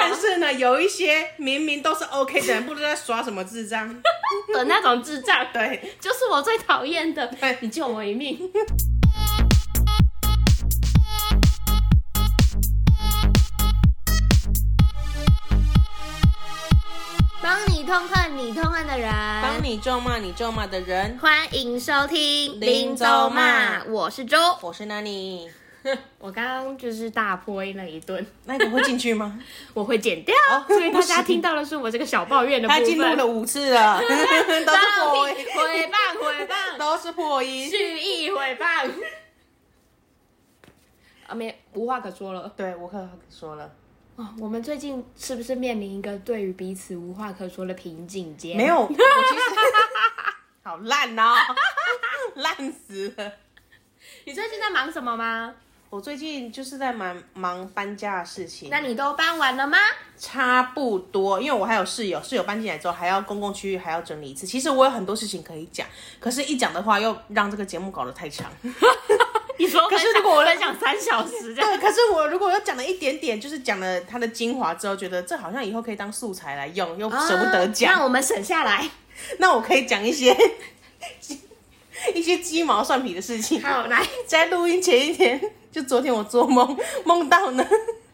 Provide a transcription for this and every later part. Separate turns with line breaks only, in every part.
的有一些明明都是 OK 的人，不知道在耍什么智障。
的那种智障，
对，
就是我最讨厌的
哎
对。
你救我一命。
帮你痛恨你痛恨的人
帮。你咒骂你咒骂的人，
欢迎收听
林州骂
我是周。
我是 Nani。
我刚刚就是大泼了一顿，
那你会进去吗？
我会剪掉，
哦
所以大
不
家
行
听到的是我这个小抱怨的部
他
分。
进入了五次 了，都是破音，
诽谤，诽 谤，
都是破音。
蓄意诽谤。 啊，没无话可说了。
对，我可说了，
哦，我们最近是不是面临一个对于彼此无话可说的瓶颈阶？
没有，我其实 好烂 哦，烂死了。
你最近在忙什么吗？
我最近就是在忙忙搬家的事情，
那你都搬完了吗？
差不多，因为我还有室友，室友搬进来之后还要公共区域还要整理一次。其实我有很多事情可以讲，可是一讲的话又让这个节目搞得太 长。
你说
可是
分享
如果我
分享三小时这样，
对，可是我如果又讲了一点点，就是讲了它的精华之后，觉得这好像以后可以当素材来用，又舍不得讲。
啊那我们省下来。
那我可以讲一些 一些鸡毛蒜皮的事情。
好，来，
在录音前一天， 就昨天我做梦， 梦到呢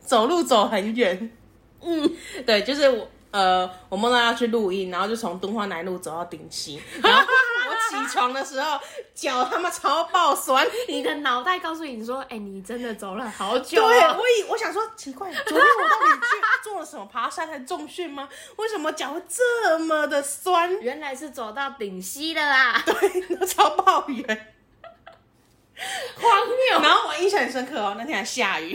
走路走很远。嗯，对，就是我呃，我梦到要去录音，然后就从敦化南路走到顶溪， 然后我起床的时候脚他妈超爆酸。
你的脑袋告诉你说，哎、你真的走了好久、
对，
哦。
我以我想说奇怪，昨天我到底去做了什么？爬山还是重训吗？为什么脚会这么的酸？
原来是走到顶溪了啊啦，
对，超抱怨。
荒谬，
然后我印象很深刻哦，那天还下雨，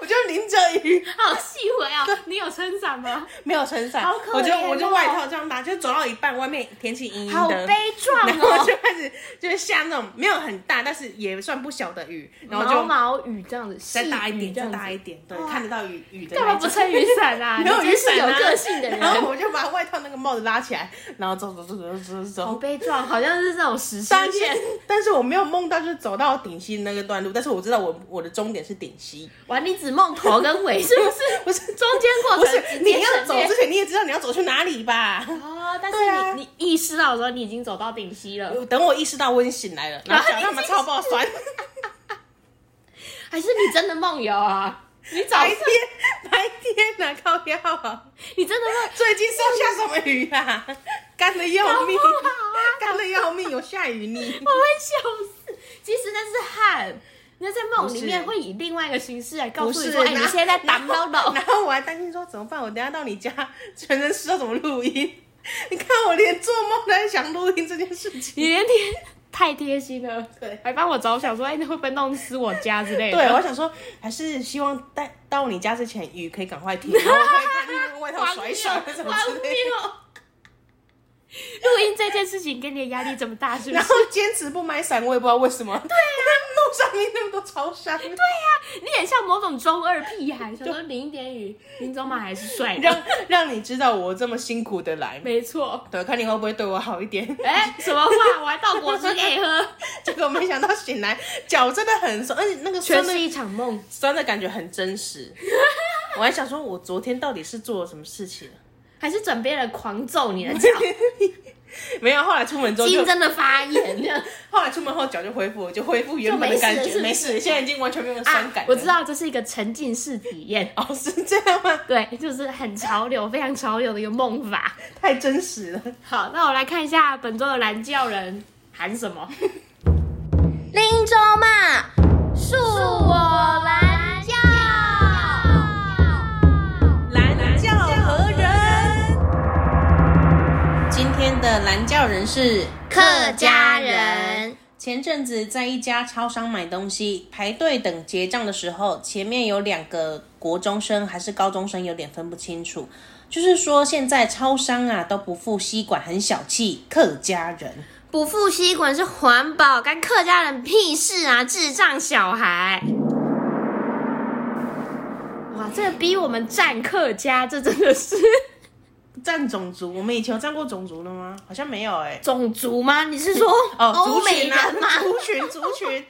我就淋着雨，
好细微哦。你有撑伞吗？
没有撑伞，
好可怜哦
我就我就外套这样搭，就走到一半，外面天气阴阴
好
的。
悲 壮
然后我
哦，
就开始就是下那种没有很大，但是也算不小的雨，然后
毛
就
毛雨这样子，
再大一
细雨
点，
这
再
样子
大一点，对，
哇
看得到雨雨的
干嘛
那
不
种。
撑雨伞啊？
没有
你真
雨
是
伞
有
啊
个性的
然后
人，
我就把外套那个帽子拉起来，然后走走走走走走
好
走。
悲壮，好像是这种时
但
尚
是
线。
但是我没有梦到就是走到顶溪那个段路，但是我知道我我的终点是顶溪。
哇，你只梦头跟尾是不是？
不是
中间过
不
程
是，
哦直
你
接
要
省
走
略
之前你也知道你要走去哪里吧？
哦，但
对啊
是你你意识到的时候，你已经走到顶溪了，
等我意识到我已经醒来了，然后脚他妈超爆酸，
还是你真的梦 游啊？你早
白天白天哪、啊、靠腰 啊！
你真的 梦
最近受下什么雨啊？ 干的要命
搞不好啊，
干的要命，有下雨呢。
我会笑死。其实那是汗，那在梦里面
不
会以另外一个形式来 告
不
诉
是
你，说，哎，你
然后
现在在打 到
然后
了。
然后我还担心说怎么办？我等一下到你家，全身湿要怎么录音？ 你看我连做梦都在想录音这件事情。
你连贴太贴心了，
对
还帮我着想说，哎，那会不会弄湿我家之类的？
对，我想说，还是希望带到你家之前，雨可以赶快停，然后我可以看那个外套甩一 甩什么之类的。
录音这件事情给你的压力这么大，是不
然
是？
后坚持不买伞，我也不知道为什么。对 啊，路上面那么多超商，对、
啊你很像某种中二屁孩，想说淋一点雨，林走马还是帅的。
让让你知道我这么辛苦的来。
没错。
对，看你会不会对我好一点。
哎、什么话？我还倒果汁给你喝，
结果没想到醒来脚真的很酸，而且那个
全
酸
是
的
一场梦。
酸的感觉很真 实。我还想说，我昨天到底是做了什么事情？
还是准备了狂揍你的脚，
没有，后来出门之后
心
就，
真的发 炎这样
后来出门后脚就恢复了，就恢复原本的
就没事
感
了是不
觉，
是
没事，现在已经完全没有酸感、
啊！我知。道这是一个沉浸式体验，
哦，是这样吗？
对，就是很潮流、非常潮流的一个梦法。
太真实了。
好，那我来看一下本周的蓝教人喊什么。
林州骂，恕我蓝教。
蓝教何人？今天的蓝教人是
客家人。
前阵子在一家超商买东西，排队等结账的时候，前面有两个国中生还是高中生，有点分不清楚。就是说，现在超商啊都不付吸管，很小气，客家人。
不付吸管是环保，干客家人屁事啊！智障小孩，
哇，这个逼我们站客家，这真的是
占种族，我们以前有占过种族的吗？好像没有哎、
种族吗？你是 说
哦，
欧
族
美
群啊
人吗？，
族群，族 群，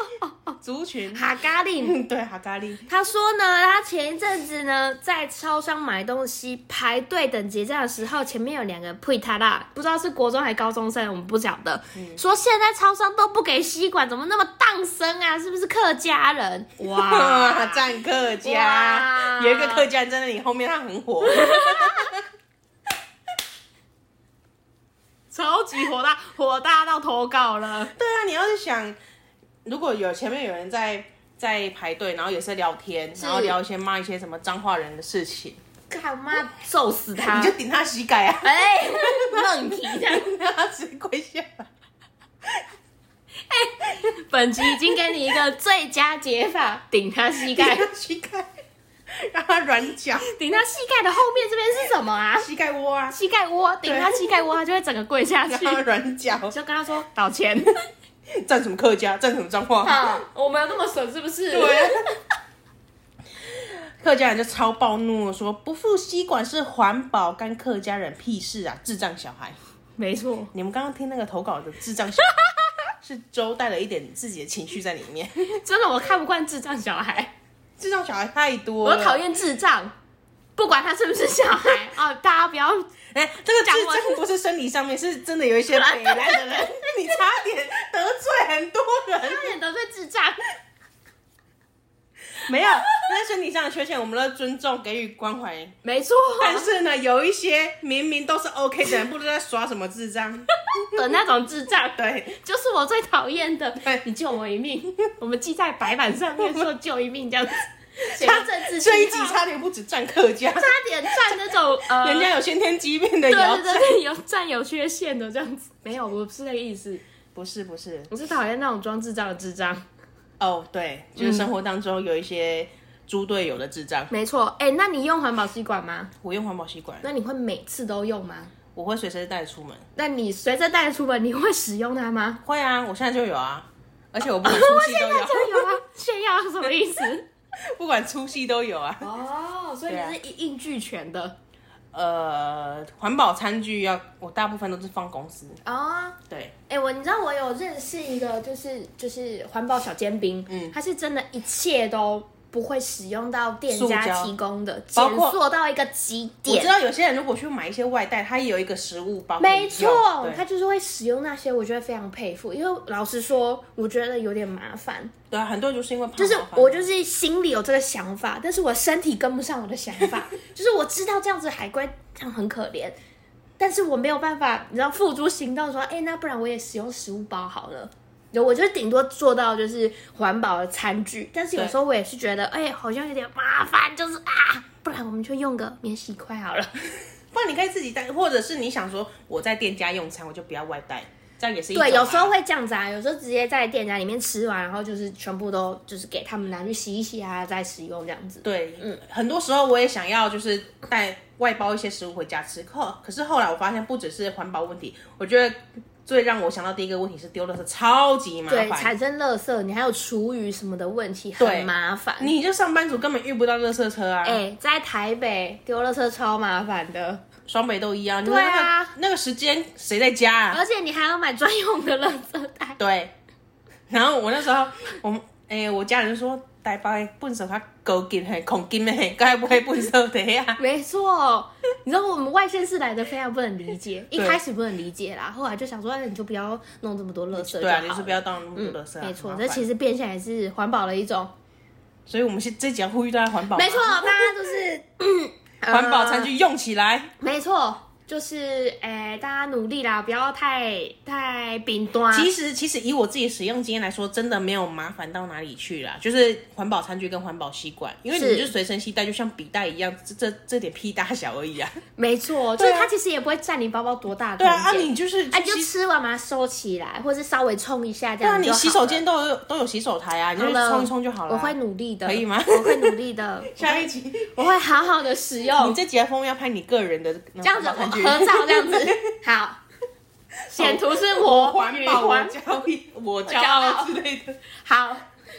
族群。
哈嘎令。
嗯，对，哈咖喱。
他说呢，他前一阵子呢在超商买东西排队等结账的时候，前面有两个配他啦，不知道是国中还高中生，我们不晓得。说现在超商都不给吸管，怎么那么荡生啊？是不是客家人？
哇，
哇，
占客家，
哇
有一个客家人站在你后面，他很火，
超级火大，火大到投稿了。
对啊，你要是想，如果有前面有人在在排队，然后也是聊天，然后聊一些骂一些什么脏话人的事情，
干嘛啊揍死他
你就！顶他膝盖啊，
哎，愣皮这样。
让他直接跪下来。
本集已经给你一个最佳解法，顶他膝
给
盖，
他膝盖， 让他软脚，
顶他膝盖的后面这边是什么啊？
膝盖窝啊，
膝盖窝，顶他膝盖窝，他就会整个跪下去
让。他软脚，
就跟他说道歉。
站什么客家，站什么脏话，
啊，我们有那么损是不是？
对啊。 客家人就超暴怒了，说不付吸管是环保，干客家人屁事啊！智障小孩，
没错，
你们刚刚听那个投稿的智障小孩，是周带了一点自己的情绪在里面。
真的我看不惯智障小孩，
智障小孩太多
我
了，
讨。厌智障，不管他是不是小 孩啊、哦，大家不要
哎、这个智
讲完
障不是生理上面，是真的有一些北来的人， 你差点得罪很多人。
差点得罪智障。
没有，那身体上的缺陷，我们都尊重给予关怀。
没错，
但是呢，有一些明明都是 OK 的人，不知道在耍什么智障。
的那种智障，
对，
就是我最讨厌的
对。
你救我一命，我们记在白板上面说救一命这样子。
他
政治
这一集
信号
差点不止占客 家，
差点占那种呃，
人家有先天疾病的
对
有
对。对对有占有缺陷的这样子。没有，我不是那个意思，
不是不是，
我是讨厌那种装智障的智障。
哦，对，就是生活当中有一些猪队友的智障。
没错，哎、那你用环保吸管吗？
我用环保吸管，
那你会每次都用吗？
我会随身带出门。
那你随身带出门，你会使用它吗？
会啊，我现在就有啊，而且我不管粗细 都
那
有，
就有啊，炫耀是什么意思？
不管粗细都有啊。
哦，所以
对啊
你是一应俱全的
呃，环保餐具要，我大部分都是放公司。
哦。
对，
哎、我你知道我有认识一个，就是就是环保小煎饼，
嗯
他是真的一切都不会使用到店
塑胶
家提供的，
包
减
括
塑到一个极
我知
点。
道有些人如果去买一些外带，他也有一个食物包可以用。
没错，
对
他就是会使用那些，我觉得非常佩服。因为老实说，我觉得有点麻烦。
对啊，很多人就是因为怕
就是
麻烦
我就是心里有这个想法，但是我身体跟不上我的想法。 就是我知道这样子海龟这样很可怜，但是我没有办法，你知道付诸行动说，哎、那不然我也使用食物包好了。有我就顶多做到就是环保的餐具，但是有时候我也是觉得，哎、好像有点麻烦，就是啊，不然我们就用个免洗筷好了。
不然你可以自己带，或者是你想说我在店家用餐，我就不要外带，这样也是一种啊
对，有时候会这样子啊，有时候直接在店家里面吃完，然后就是全部都就是给他们拿去洗一洗啊，再使用这样子。
对，嗯，很多时候我也想要就是带外包一些食物回家吃，可可是后来我发现不只是环保问题，我觉得最让我想到第一个问题是丢的是超级麻
对，嗯
烦。
产生垃圾，你还有厨余什么的问题，
对
很麻烦。
你就上班族根本遇不到垃圾车啊！
哎、在台北丢垃圾超麻烦的，
双北都一样。你
对啊
说那个那个时间谁在家啊？
而且你还要买专用的垃圾 袋。
对。然后我那时候，我们哎、我家人说，哎台北的粪扫较高级嘿，恐金嘿，该不会粪扫地啊？
没错，你知道我们外县市来的非常不能理解，一
对
开始不能理解啦，后来就想说，那你就不要弄这么多垃圾
对啊，
就
就是
好
不
了。嗯
要到那么多垃圾、啊
没错，
这
这其
实，
实变相也是环保的一种。
所以我们是这讲呼吁大家环保啊，
没错，啊大家都是
环保餐
具。
具用起来。
没错，就是诶、大家努力啦，不要太太顶端。
其实，其实以我自己使用经验来说，真的没有麻烦到哪里去啦。就是环保餐具跟环保吸管，因为
是
你就随身携带，就像笔袋一样，这这这点屁大小而已 啊。
没错，就
对啊
是它其实也不会占你包包多大的
对
空
啊，
间。
啊你就是
啊，
哎
你就
吸
吃完把它收起来，或是稍微冲一下这
对啊，
样
你
就好了。
洗手间都有都有洗手台啊，你就
好
去
了
冲一冲就好了。
我会努力的，
可以吗
我会努 力的，
下一集，
我会好好的使
你
用，
这节风要拍你个人的这
这样子我合照这样 子好。显图是我
我环
与
保，我
环
交易，我骄
骄傲
傲之类的。
好，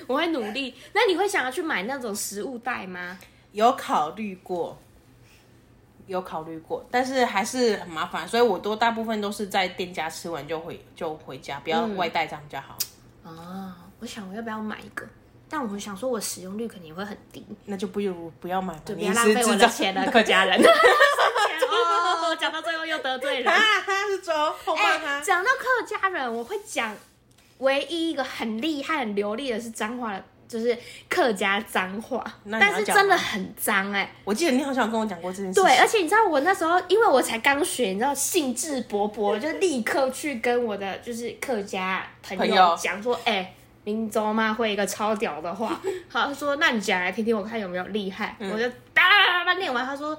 我会努力。那你会想要去买那种食物袋吗？
有考虑过，有考虑过，但是还是很麻烦，所以我都大部分都是在店家吃完就回就回家，不要
嗯
外带这样比较好。
啊，我想我要不要买一个？但我想说，我使用率肯定会很低，
那就不如不要买吧，
不
你
要浪
是
费我
制
的
造
钱了，客家人。 哦，讲到最后又得罪人。
哈哈，是走后
哎
半
啊
哈。
讲到客家人，我会讲唯一一个很厉害、很流利的是脏话，就是客家脏话，
那你要
但是
讲
真的
吗
很脏哎、
我记得你好像有跟我讲过这件事情。
对，而且你知道我那时候，因为我才刚学，你知道兴致勃勃，就立刻去跟我的就是客家朋
朋友
友讲说，哎、林州妈会一个超屌的话，好，他说那你讲来听听，我看有没有厉害，我就叭叭叭叭叭念完，他说，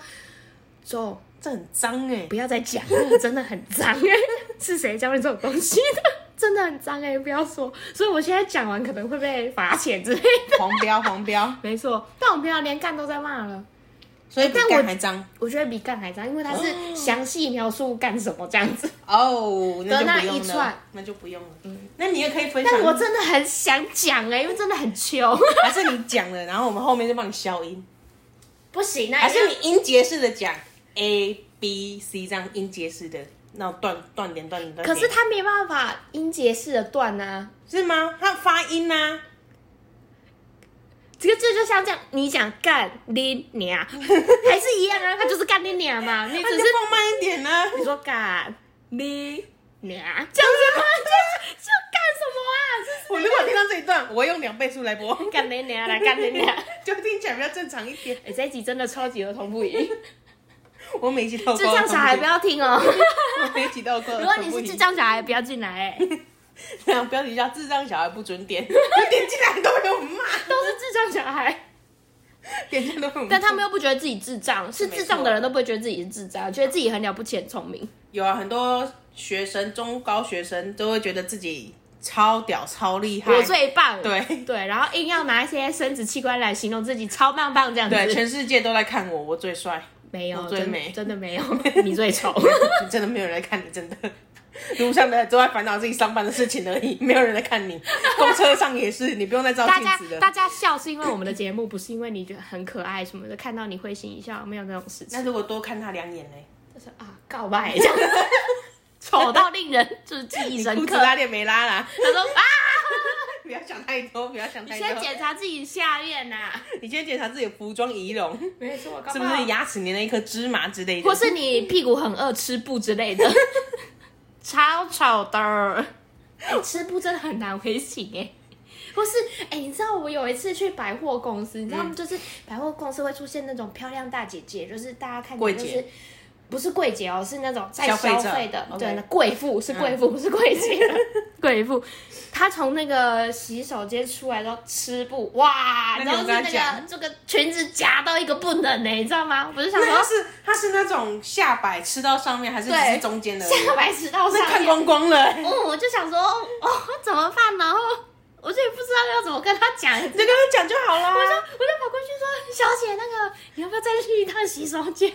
周
这很脏哎、
不要再讲了，真的很脏哎、 是谁教你这种东西的？ 真的很脏哎、不要说，所以我现在讲完可能会被罚钱之类的。
黄标黄标，
没错，但我们平常连干都在骂了。
所以比
但
干
我
还脏
我觉得比干还脏，因为它是详细描述干什么这样子。
哦，那
得那
就不
一
用了
串，嗯
那就不用了。那你也可以分享
但，我真的很想讲哎、因为真的很穷。
还是你讲了，然后我们后面就帮你消音，
不行啊，
还是你音节式的讲 A B C 这样音节式的，那种断断点断点断
可
点。
是他没办法音节式的断啊。
是吗？他发音呐、啊，
这个这就像这样，你讲干你 娘，还是一样啊，他就是干你娘嘛，你
那
只
你
是
就放慢一点呐、啊。
你说干你娘，这样子吗？这样就干什么啊？这
我如果听到这一段，我会用两倍速来播，
是干你娘来干你娘！
就听起来比较正常一点。
哎、这一集真的超级儿童不 宜，
我每一集都有
智
播
障小孩不，要听 哦。
我每一集都有播。
如果你是智，障小孩，不要进来、哎，
这 样标题叫“智障小孩不准点”， 你点进来都没有骂，
都是智障小孩。
点进来都没有骂。
但他们又不觉得自己智障，是智障的人都不会觉得自己是智障，觉得自己很了不起、很聪明。
有啊，很多学生、中高学生都会觉得自己超屌、超厉害，
我最棒，
对
对，然后硬要拿一些生殖器官来形容自己超棒棒这样子，
对，全世界都在看我，我最帅，
没有，
我最
真
美
真的没 有，你最丑。
真的没有人来看你，真的。路上的人都在烦恼自己上班的事情而已，没有人来看你。公车上也是，你不用再照
大
镜
家
子了。
大 家笑是因为我们的节目，不是因为你觉得很可爱什么的，看到你会心一笑，没有那种事情
那。如果多看他两眼呢？
就是啊，告白这样子，丑到令人就是记忆深
裤子
刻。
拉链没拉啦，
他说啊，
不要想太多，不要想
你
太
先
多。
检查自己下面呐、
你先检查自己的服装仪容，
没错，
是不是牙齿粘了一颗芝麻之类的？
或是你屁股很饿，吃布之 类的，超吵的。哎、吃布真的很难为情哎、或是哎、你知道我有一次去百货公司，你知道
嗯
吗？就是百货公司会出现那种漂亮大姐姐，就是大家看起来
柜
就
姐
是。不是柜姐哦，是那种在
消
消
费者
费的，
OK 嗯
对，那贵妇是贵妇，不是柜姐， 贵妇。她从那个洗手间出来之后，吃布，哇，
那你
然后
有
是
跟她
那个
讲
这个裙子夹到一个不能欸呢、你知道吗？我就想
那
说
他，是他是那种下摆吃到上面，还是只
对
是中间的？
下白石到
哎哦那
上
看
面，
光光 了、
嗯，我就想说，哦，怎么办？然后我就也不知道要怎么跟他讲，我就
你就跟他讲就好啦。
我就跑过去说，小姐，那个你要不要再去一趟洗手间？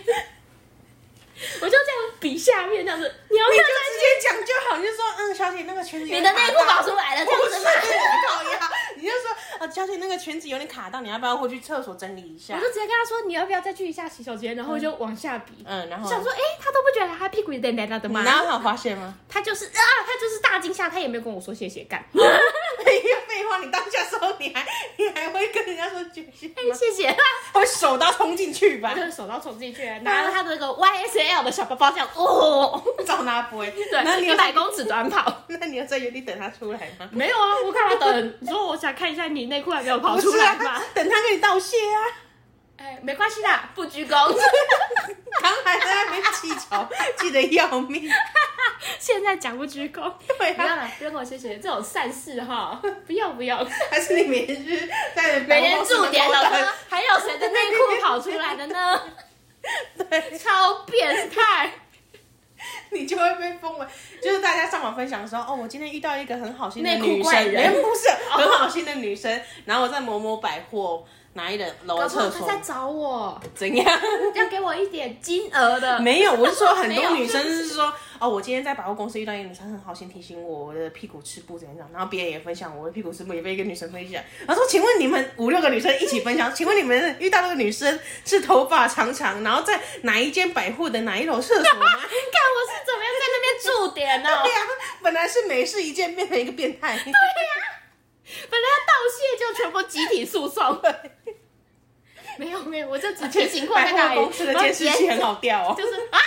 我就这样比下面这样子，你要不
你
要
就
再
直接讲就好，你就说嗯，小姐那个裙子有
你
点
的内裤
卡到
跑出来了，这
不
样
是
子
我
吗？
靠呀！你就说啊，小姐那个裙子有点卡到，你要不要回去厕所整理一
我
下
就？直接跟他说，你要不要再去一下洗手间？然后我就往下比，
嗯，然后
想说，哎、他都不觉得他屁股有点凉凉的吗？
然后他有发现吗？
他就是啊，他就是大惊吓，他也没有跟我说谢谢干，
没有哎废话，你当下时候你还 你还会跟人家说谢谢
哎、
吗？
谢谢。
会手刀冲进去吧
就？是手刀冲进去，拿了他的那个 YSL 的小包包，这样哦，
照拿不会。那你
对，
有
一百公尺短跑。
那你要在原地等他出来吗？
没有啊，我看他等，你说我想看一下你内裤还没有跑
不
出
是
来
啊
吧？，
等他跟你道谢啊。
哎，没关系啦，不鞠躬。
刚还在那边气球，气得要命。
现在讲不鞠躬，
对
不要
啊，
了，不要跟我谢谢，这种善事哈，不要不要。
还是你每天去在
每天驻点老
老
师，还有谁的内裤跑出来的呢？
对，
超变态。
你就会被封为，就是大家上网分享说，哦，我今天遇到一个很好心的
内裤
女
怪
生，
人
没有不是很好心的女生，然后我在某某百货哪一人楼
搞
的
不
厕
好哦他
所
在找我，
怎样？
要给我一点金额的。
没有，我是说很
没
多
有
女生是说，哦，我今天在百货公司遇到一个女生很好心提醒我我的屁股吃布怎样怎样，然后别人也分享我的屁股吃布，也被一个女生分享，然后说，请问你们五六个女生一起分享，请问你们遇到那个女生是头发长长，然后在哪一间百货的哪一楼厕所吗？
看我是怎么样在那边驻点哦 呢、
对呀、本来是美式一见变成一个变态，
本来要道谢，就全部集体诉讼。没有没有，我就只提醒过
百
在那
货
里。
公司的监视器很好调 哦，
就是啊，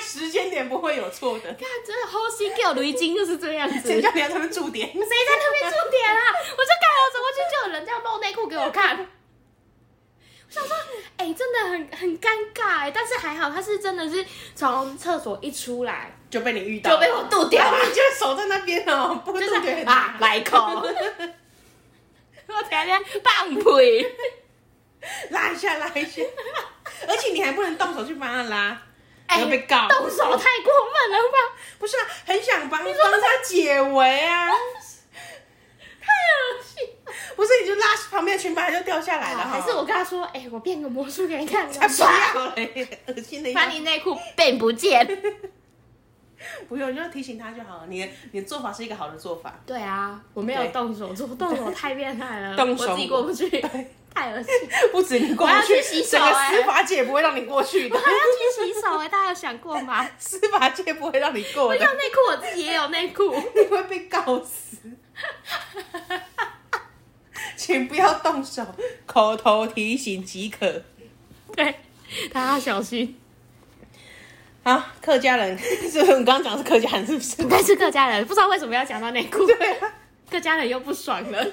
时间点不会有错的。
看真的好心给我驴精就是这样子。
谁叫你要他们驻点？
谁在那边驻点啊？我就刚好走过去，就有人这样露内裤给我看。我想说，哎、真的很很尴尬哎、但是还好他是真的是从厕所一出来
就被你遇到，
就被我渡掉
然后
了，
你就守在那边哦，不
就
渡点
是啊来口， 我天天棒腿，
拉一下，拉一下。而且你还不能动手去帮他拉，
哎
你要被告。
动手太过分了吧？
不是啊，很想帮帮他解围啊，
太恶心了！
不是你就拉旁边的裙摆就掉下来了哈、
还是我跟他说，哎、我变个魔术给你看，
才不要嘞，恶心的
把
要
你内裤变不见。
不用，你就提醒他就好了。你的你的做法是一个好的做法。
对啊，我没有
对
动手做，动手太变态了，
动手
我自己过不去，太恶心。
不止你过不
我要
去，
去洗手
整个
哎
司法界不会让你过去的
我，还要去洗手哎、大家有想过吗？
司法界不会让你过
我
的
要，内裤，我自己也有内裤。
你会被告死。请不要动手，口头提醒即可。
对，大家小
啊
心。
好，啊客家人， 是不是我们刚刚讲的是客家人，是不是？
但是客家人不知道为什么要讲到内裤，
对啊，
客家人又不爽了。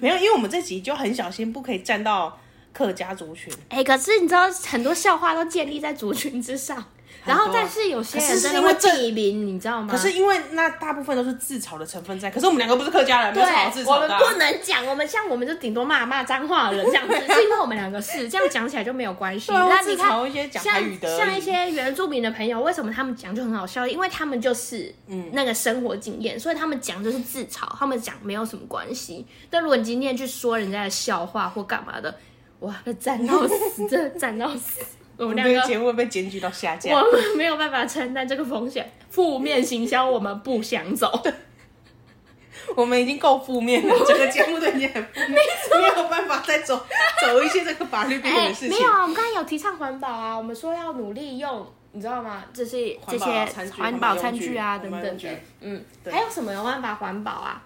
没有，因为我们这集就很小心，不可以站到客家族群。
哎、可是你知道很多笑话都建立在族群之上，然后
很多
但是有些
可
人
是是
真的
因为
会
这
避名，你知道吗？
可是因为那大部分都是自嘲的成分在，可是我们两个不是客家人，没
对
有什么好自，
我
嘲
们
的啊、
不能讲，我们像我们就顶多骂骂脏话了这 样子，是因为我们两个是这样讲起来就没有关系。
对啊
那
自
你
嘲
看，
一些讲台
像
语的，
像一些原住民的朋友，为什么他们讲就很好笑？因为他们就是
嗯
那个生活经验，所以他们讲就是自嘲，他们讲没有什么关系。但如果你今天去说人家的笑话或干嘛的，哇，被赞到死，真的赞到死。我
我
们
们
两
这个
个
节目会被检举到下架。
我们没有办法承担这个风险，负面行销我们不想走。
我们已经够负面了，这个节目都已经很负面，没有办法再走走一些这个法律避免的事
没
情。
有啊，我们刚才有提倡环保啊，我们说要努力用，你知道吗？这些
环
这
保
些
餐具
环保
环保用
餐
具
具啊
环
等
保
等
用具
的，嗯，
对
还有什么有办法环保啊？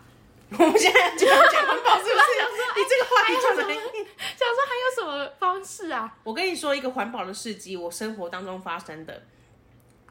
我们现在就要讲环保，是不
我
是
想 说？
你这个话题就
还有
能
什想说还有什么方式啊？
我跟你说一个环保的事迹，我生活当中发生的，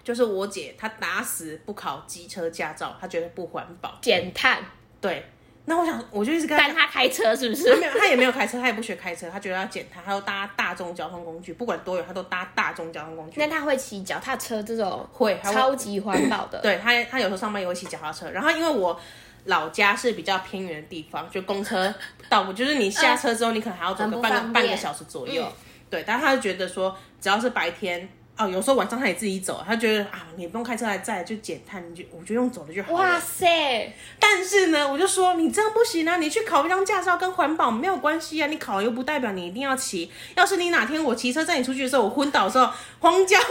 就是我姐她打死不考机车驾照，她觉得不环保。
减碳，
对，那我想我就一直跟她
但
讲。
他开车是不
她
是？
没有，她也没有开车，她也不学开车，她觉得要减碳，她要搭大众交通工具，不管多远，她都搭大众交通工具。
那他会骑脚踏车这种
会她会
超级环保 的，
对他，他有时候上班也会骑脚踏车。然后因为我老家是比较偏远的地方，就公车到不，就是你下车之后，你可能还要走
嗯很
个
不
半
方
个
便嗯
半个小时左右。对，但他就觉得说，只要是白天。哦，有时候晚上他也自己走，他觉得啊，你不用开车来载，就减碳，你就我就用走的就好了。
哇塞，
但是呢，我就说你这样不行啊！你去考一张驾照跟环保没有关系啊！你考了又不代表你一定要骑。要是你哪天我骑车载你出去的时候，我昏倒的时候，荒郊 荒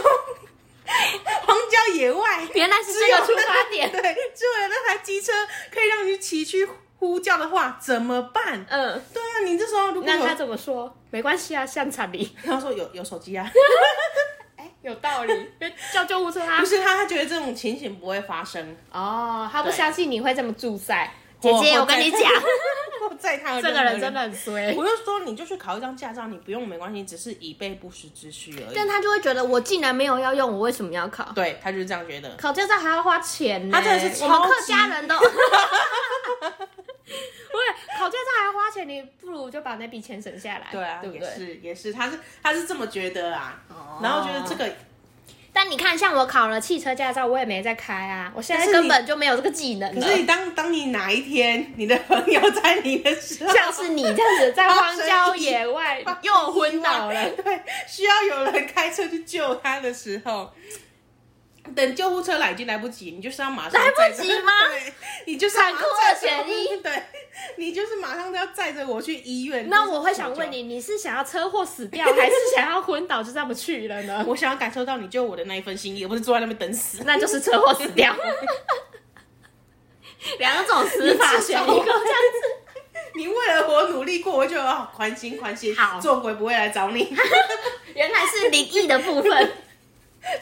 郊野外，
原来是
只有
这个出发点
那对，只有那台机车可以让你去骑去呼叫的话，怎么办？
嗯，
对啊，你这时候如果
那
有
他怎么说？没关系啊，像产里
他说有有手机啊，
有道 理，叫救护车啊
不。是他，他觉得这种情形不会发生。
哦，他不
对
相信你会这么助赛，姐
我
姐，
我
我跟
在
你讲，
我在他的
这
任
个
何
人真的很衰。
我就说你就去考一张驾照，你不用没关系，只是以备不时之需而已。
但他就会觉得，我既然没有要用，我为什么要考？
对他就是这样觉得。
考驾照还要花钱呢、
他真的是
我们
超级
客家人都，不 是考驾照还要花钱，你不如就把那笔钱省下来，
对啊，
对不
也
对？哦
是也是，他是他是这么觉得啊。然后觉得这个，
但你看，像我考了汽车驾照，我也没在开啊，我现在
可是你
根本就没有这个技能
可
了。
是你当当你哪一天你的朋友在你的时候，
像是你这样子在
发
荒
生
郊
意
野外又 昏倒了，
对，需要有人开车去救他的时候，等救护车来已经来不及，你就是要马上来
来不及吗
对，你就是要马上
残酷二
载着
选一，
对，你就是马上都要载着我去医院。
那
就是
我会
求
想
救
问，你，你是想要 车祸死 掉，还是想要昏倒就这么去了呢？
啊我想要感受到你救我的那一份心意，而不是坐在那边等死。
那就是车祸死掉。 两种死法选一个，这样子。
你为了我努力过，我就哦宽心宽心，
好
做鬼不会来找你。
原来是灵异的部分，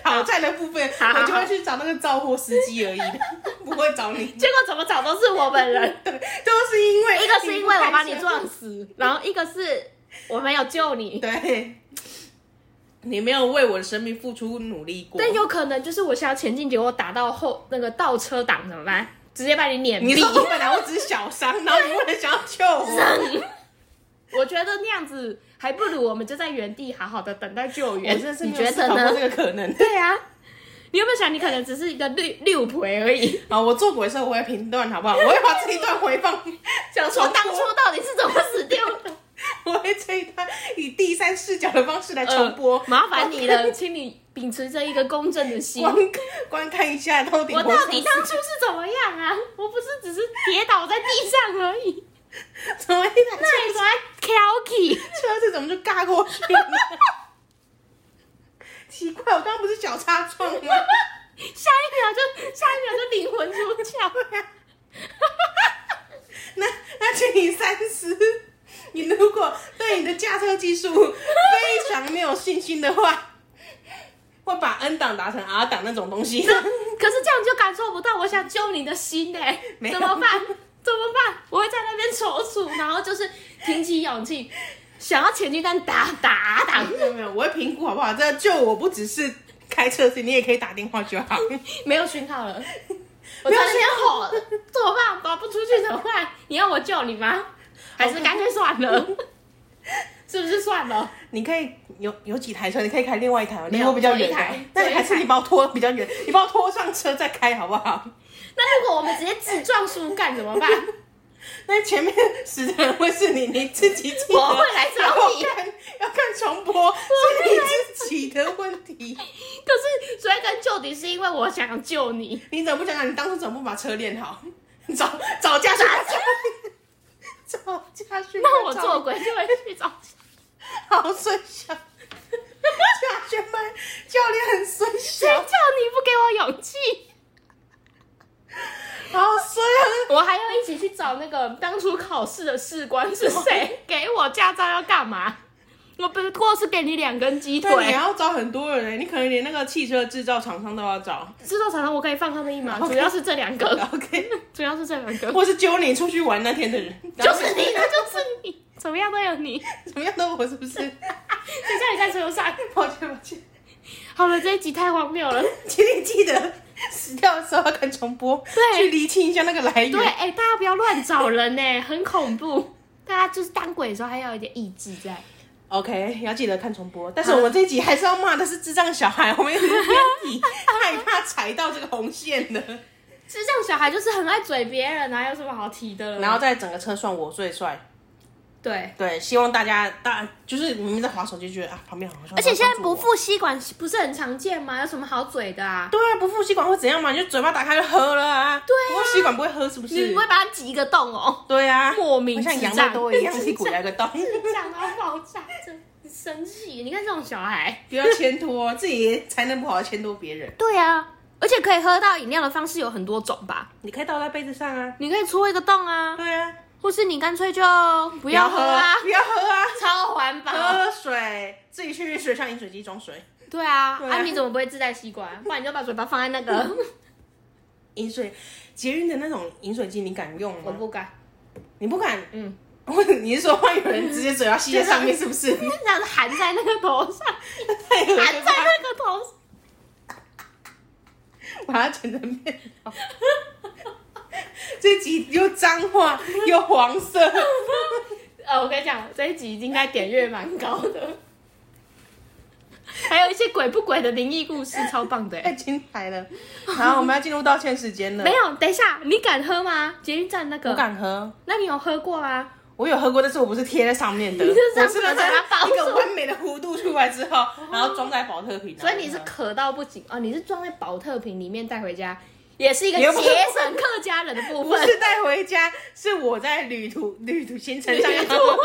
讨债的部分，
好好好
我就会去找那个造货司机而已 的，不会找你。
结果怎么找都是我本 人。
对，都是因为
一个是因为我把你撞
死。
死，然后一个是我没有救 你。
对，你没有为我的生命付出努力过。
但有可能就是我想要前进，结果打到后那个倒车档怎么办？直接把你碾
你
毙
说。我本来我只是小伤，然后你为了想要救我，
我觉得那样子还不如我们就在原地好好的等待救援。
我真的是
你
没有
觉
思
得
考过
呢？
这个可能。
对啊，你有没有想，你可能只是一个六六陪而已？
啊，我做鬼的时候我会评断好不好？我会把这一段回放，
想说当初到底是怎么死掉的？
我会这一段以第三视角的方式来重播，
呃麻烦你了，请你秉持着一个公正的心。
观
我
观看一下到底
到底当初是怎么样啊？我不是只是跌倒在地上而已，
怎么一台
那
车
你怎么还挑剔？
车子怎么就尬过去了 呢？奇怪，我刚刚不是脚擦撞吗？
下一秒就下一秒就灵魂出 窍。
那那请你三思，你如果对你的驾车技术非常没有信心的话， 会把 N 档打成 R 档那种东西。
可是这样就感受不到我想救你的心哎、
没有
怎么办？怎么办？我会在那边踌躇，然后就是挺起勇气，想要前进，但打打打，
没有没有，我会评估好不好？这救我不只是开车子，你也可以打电话就好。
没有讯号了。我在那边吼，怎么办？打不出去怎么办？你要我救你吗？还是干脆算了？ 是不是算了？
你可以有有几台车，你可以开另外一台哦，
没
离
有
我比较
只有
远
一台
的。那
只有
你
一
还是
台
你把我拖比较远，你把我拖上车再开好不好？
那如果我们直接自撞树干怎么 办？
那前面死的人会是你，你自己记得。
我会来找你
要看要看重播是你自己的问 题。
可是追根究底是因为我想救你。
你怎么不想想你当初怎么不把车练好？ 找找家 训，找家训，
那我做鬼就会去找。
好衰小。家训班教练很衰小
谁，叫你不给我勇气？
好衰啊！
我还要一起去找那个当初考试的士官是谁， 给我驾照要干嘛？我不过是给你两根鸡腿
对，，你还要找很多人呢，欸你可能连那个汽车制造厂商都要找。
制作厂商我可以放他们一 马，主要是这两个，
OK，
主要是这两个，
或是揪你出去玩那天的人，
就是 你，那就是你，怎么样都有你，
怎么样都我是 不是？
谁叫你在车上？
抱歉抱歉，
啊好了，这一集太荒谬了。
请你记得死掉的时候要看重播，
对
去厘清一下那个来
对，
源。
哎、大家不要乱找人呢、很恐怖。大家就是当鬼的时候还要有一点意志在。
OK，要记得看重播。但是我们这一集还是要骂的是智障小孩，我们有个标题害怕踩到这个红线的，
嗯智障小孩就是很爱嘴别人啊，有什么好提的？
然后再整个车算我最帅。
对，
对，希望大家大就是你们在划手机，觉得啊旁边好像，
而且现在不付吸管不是很常见吗？有什么好嘴的啊？
对啊，不付吸管会怎样嘛？你就嘴巴打开就喝了啊。对
啊
不过吸管不会喝是不
你
是
不？会把它挤一个洞哦，
对啊，
莫名
会像
智
羊
障
肉都一样，屁股来个 洞，
讲到爆炸，真生气！你看这种小孩，
不要牵拖，自己才能不好好牵拖别人。
对啊，而且可以喝到饮料的方式有很多种吧？
你可以倒在杯子上啊。
你可以戳一个洞啊，
对啊，
或是你干脆就不要喝啊，
不要喝啊，
超 环保。啊
喝水，自己去水上饮水机装水，
对啊，
对
那
啊
你怎么不会自带吸管？不然你就把嘴巴放在那个，
饮水捷运的那种饮水机，你敢用
我
吗？
不敢。
你不敢，
嗯，
你是说换有人直接嘴巴吸在上面是不是？
这样子含在那个头 上，
太恶
含
心
在
了，
那个头上。
把它剪成面包。
哦
这集又脏话又黄色，
呃，我跟你讲，这一集应该点阅蛮高的，还有一些鬼不鬼的灵异故事，超棒的、
太
欸。
精彩了。好，我们要进入道歉时间了。
没，有，等一下，你敢喝吗？捷运站那
我
个，
敢喝，
那你有喝过吗？
我有喝过，但是我不是贴在上面的，
你是
我
上
是
次
把
把它包
它一个
住
完美美的弧度出来之后，然后装在保特瓶。
所以你是
然后
渴到不行哦，你是装在保特瓶里面带回家，也是一个
也
节
不是
省客家人的部
不
分。
是带回家，是我在旅途旅途行程上要
旅途
喝，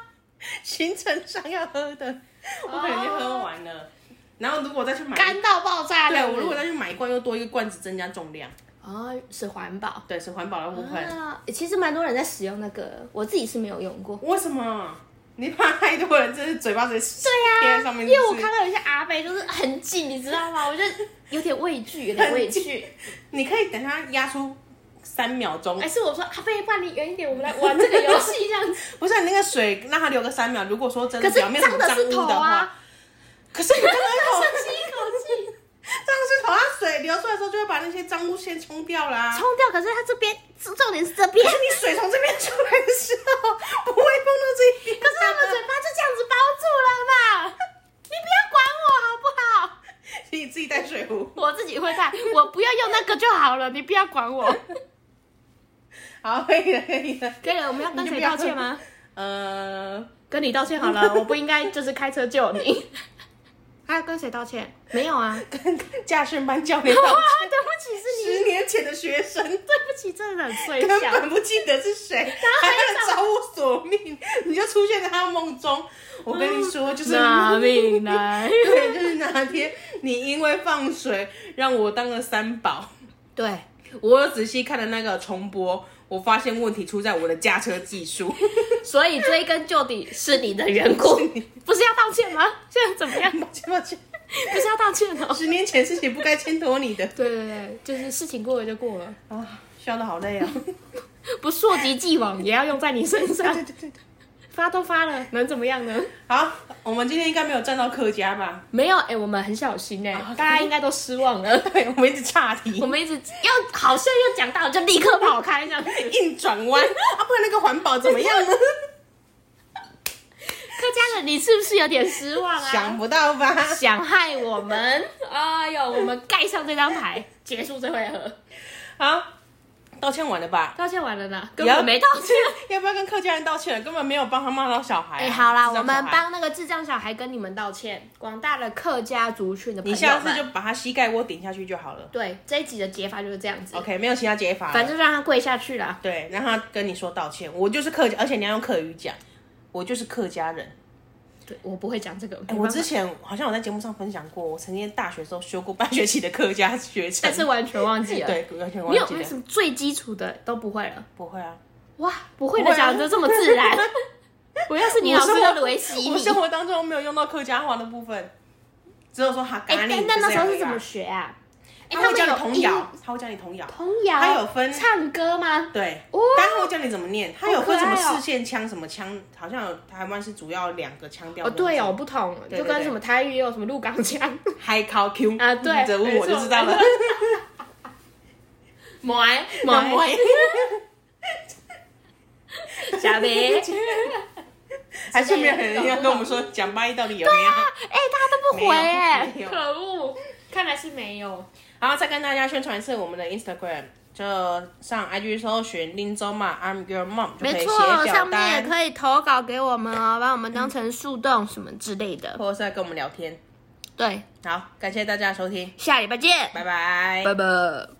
行程上要喝的，我可能就喝完了。然后如果再去买，
哦干到爆炸这
对
样子！
我如果再去买一罐，又多一个罐子增加重量，
哦，是环保。
对，是环保的部分。
啊，其实蛮多人在使用那个，我自己是没有用过。
为什么？你怕太多人，真是嘴巴直接
对
贴
呀、
在上面
因
是不是
为我看到有一些阿贝就是很近，你知道吗？我就有点畏惧，有点畏惧。
你可以等它压出三秒钟
还，是我说阿贝，不然你远一点，我们来玩这个游 戏 这样子。
不是你那个水让它流个三秒。如果说真
可
的
是
表面
脏
很
的
脏
是
污
头
的话，
啊，
可是你刚刚 头
深吸一口气，
脏是头，它水流出来的时候就会把那些脏污先冲掉啦。
冲掉。可是它这边重点是这边，
可是你水从这边出来的时候，不会碰到这一边。
可是他们嘴巴就这样子包 住了嘛。你不要管我好不好？
你自己带水壶。
我自己会带，我不要用那个就好了，你不要管我。
好，可以了，可以了。
可以了，我们要跟谁道歉吗？
呃，
跟你道歉好 了，我不应该就是开车救你。还要跟谁道歉？没有啊，
跟驾训班教练
哇，
道歉。
对不起，是
十
你，
年前的学生
对不起，真的很衰
根
小。
本不记得是谁，还在找我索命，你就出现在他梦中。我跟你说，就是
那命来，
对，就是哪天你因为放水让我当了三宝。
对，
我有仔细看了那个重播，我发现问题出在我的驾车技 术。
所以追根究底是你的缘故，不是要道歉吗？现在怎么样？
抱歉抱歉，
不是要道歉哦。
十年前事情不该牵拖你的
对对对，就是事情过了就过了，
啊，笑得好累啊。
不溯及既往也要用在你身
对
上
对。对对对，
发都发了，能怎么样呢？
好，我们今天应该没有站到客家吧？
没有，哎、我们很小心哎、大家应该都失望了。
对，我们一直岔题
我，们一直要好像又讲到，就立刻跑开这样子。
硬转弯，啊，不然那个环保怎么样 呢？
客家人，你是不是有点失望啊？
想不到吧？
想害我 们？ 哎呦，我们盖上这张牌，结束这回合。啊
好，道歉完了吧？
道歉完了呢，根
也要
本没道歉。
要不要跟客家人道歉？根本没有帮他骂到小孩啊、
哎、好啦，
智
我
障小孩
们。帮那个智障小孩跟你们道歉，广大的客家族群的朋
你
友
下次
们
就把他膝盖窝顶下去就好了。
对这一集的解法就是这样子
OK，没有其他解法了。
反正让他跪下去啦。
对，让他跟你说道歉。我就是客家，而且你要用客语讲，我就是客家人。
对我不会讲这个，
哎、
没
我
办法
之前好像我在节目上分享过，我曾经大学时候修过半学期的客家学程，
但是完全忘记了。
对完全忘
没有，
记
为什
了。
么最基础的都不会了？
不会啊，
哇，不会
不会
的
啊
讲的这么 自然。我要是你老师，
我
我
生
以为洗
我
你。哎
生活当中没有用到客家话的部分，只有说哈
哎
嘎，
那
你。
那那时候是
就这
怎
样而已
么
啊？
学啊？哎，
他会教你
有
童
音哦
谣，他会教你童谣。
童谣，
他有分
唱歌吗？
对，
哇
但他会教你怎么念，他有分什么
好可爱哦
四线腔、什么腔，好像有台湾是主要两个腔调。
哦，对哦，，不同，就跟什么台语也有什么鹿港腔
嗨考 Q
啊，对，
你只问我就知道了
没。错。 莫哎莫
那我
哎， 小梅，哎，
还是没有人要跟我们说讲八一到底有没有？
啊大家都不回哎
没，有没有
可恶，看来是没有。
然后再跟大家宣传一次我们的 Instagram，就上 IG 搜寻林州嘛，I'm your mom 就可以
没
写
错，
表
上面
单
也，可以投稿给我们哦，把我们当成树洞什么之类的。
或者是来跟我们聊天。
对，
好，感谢大家的收听，
下礼拜见，
拜拜。
拜拜。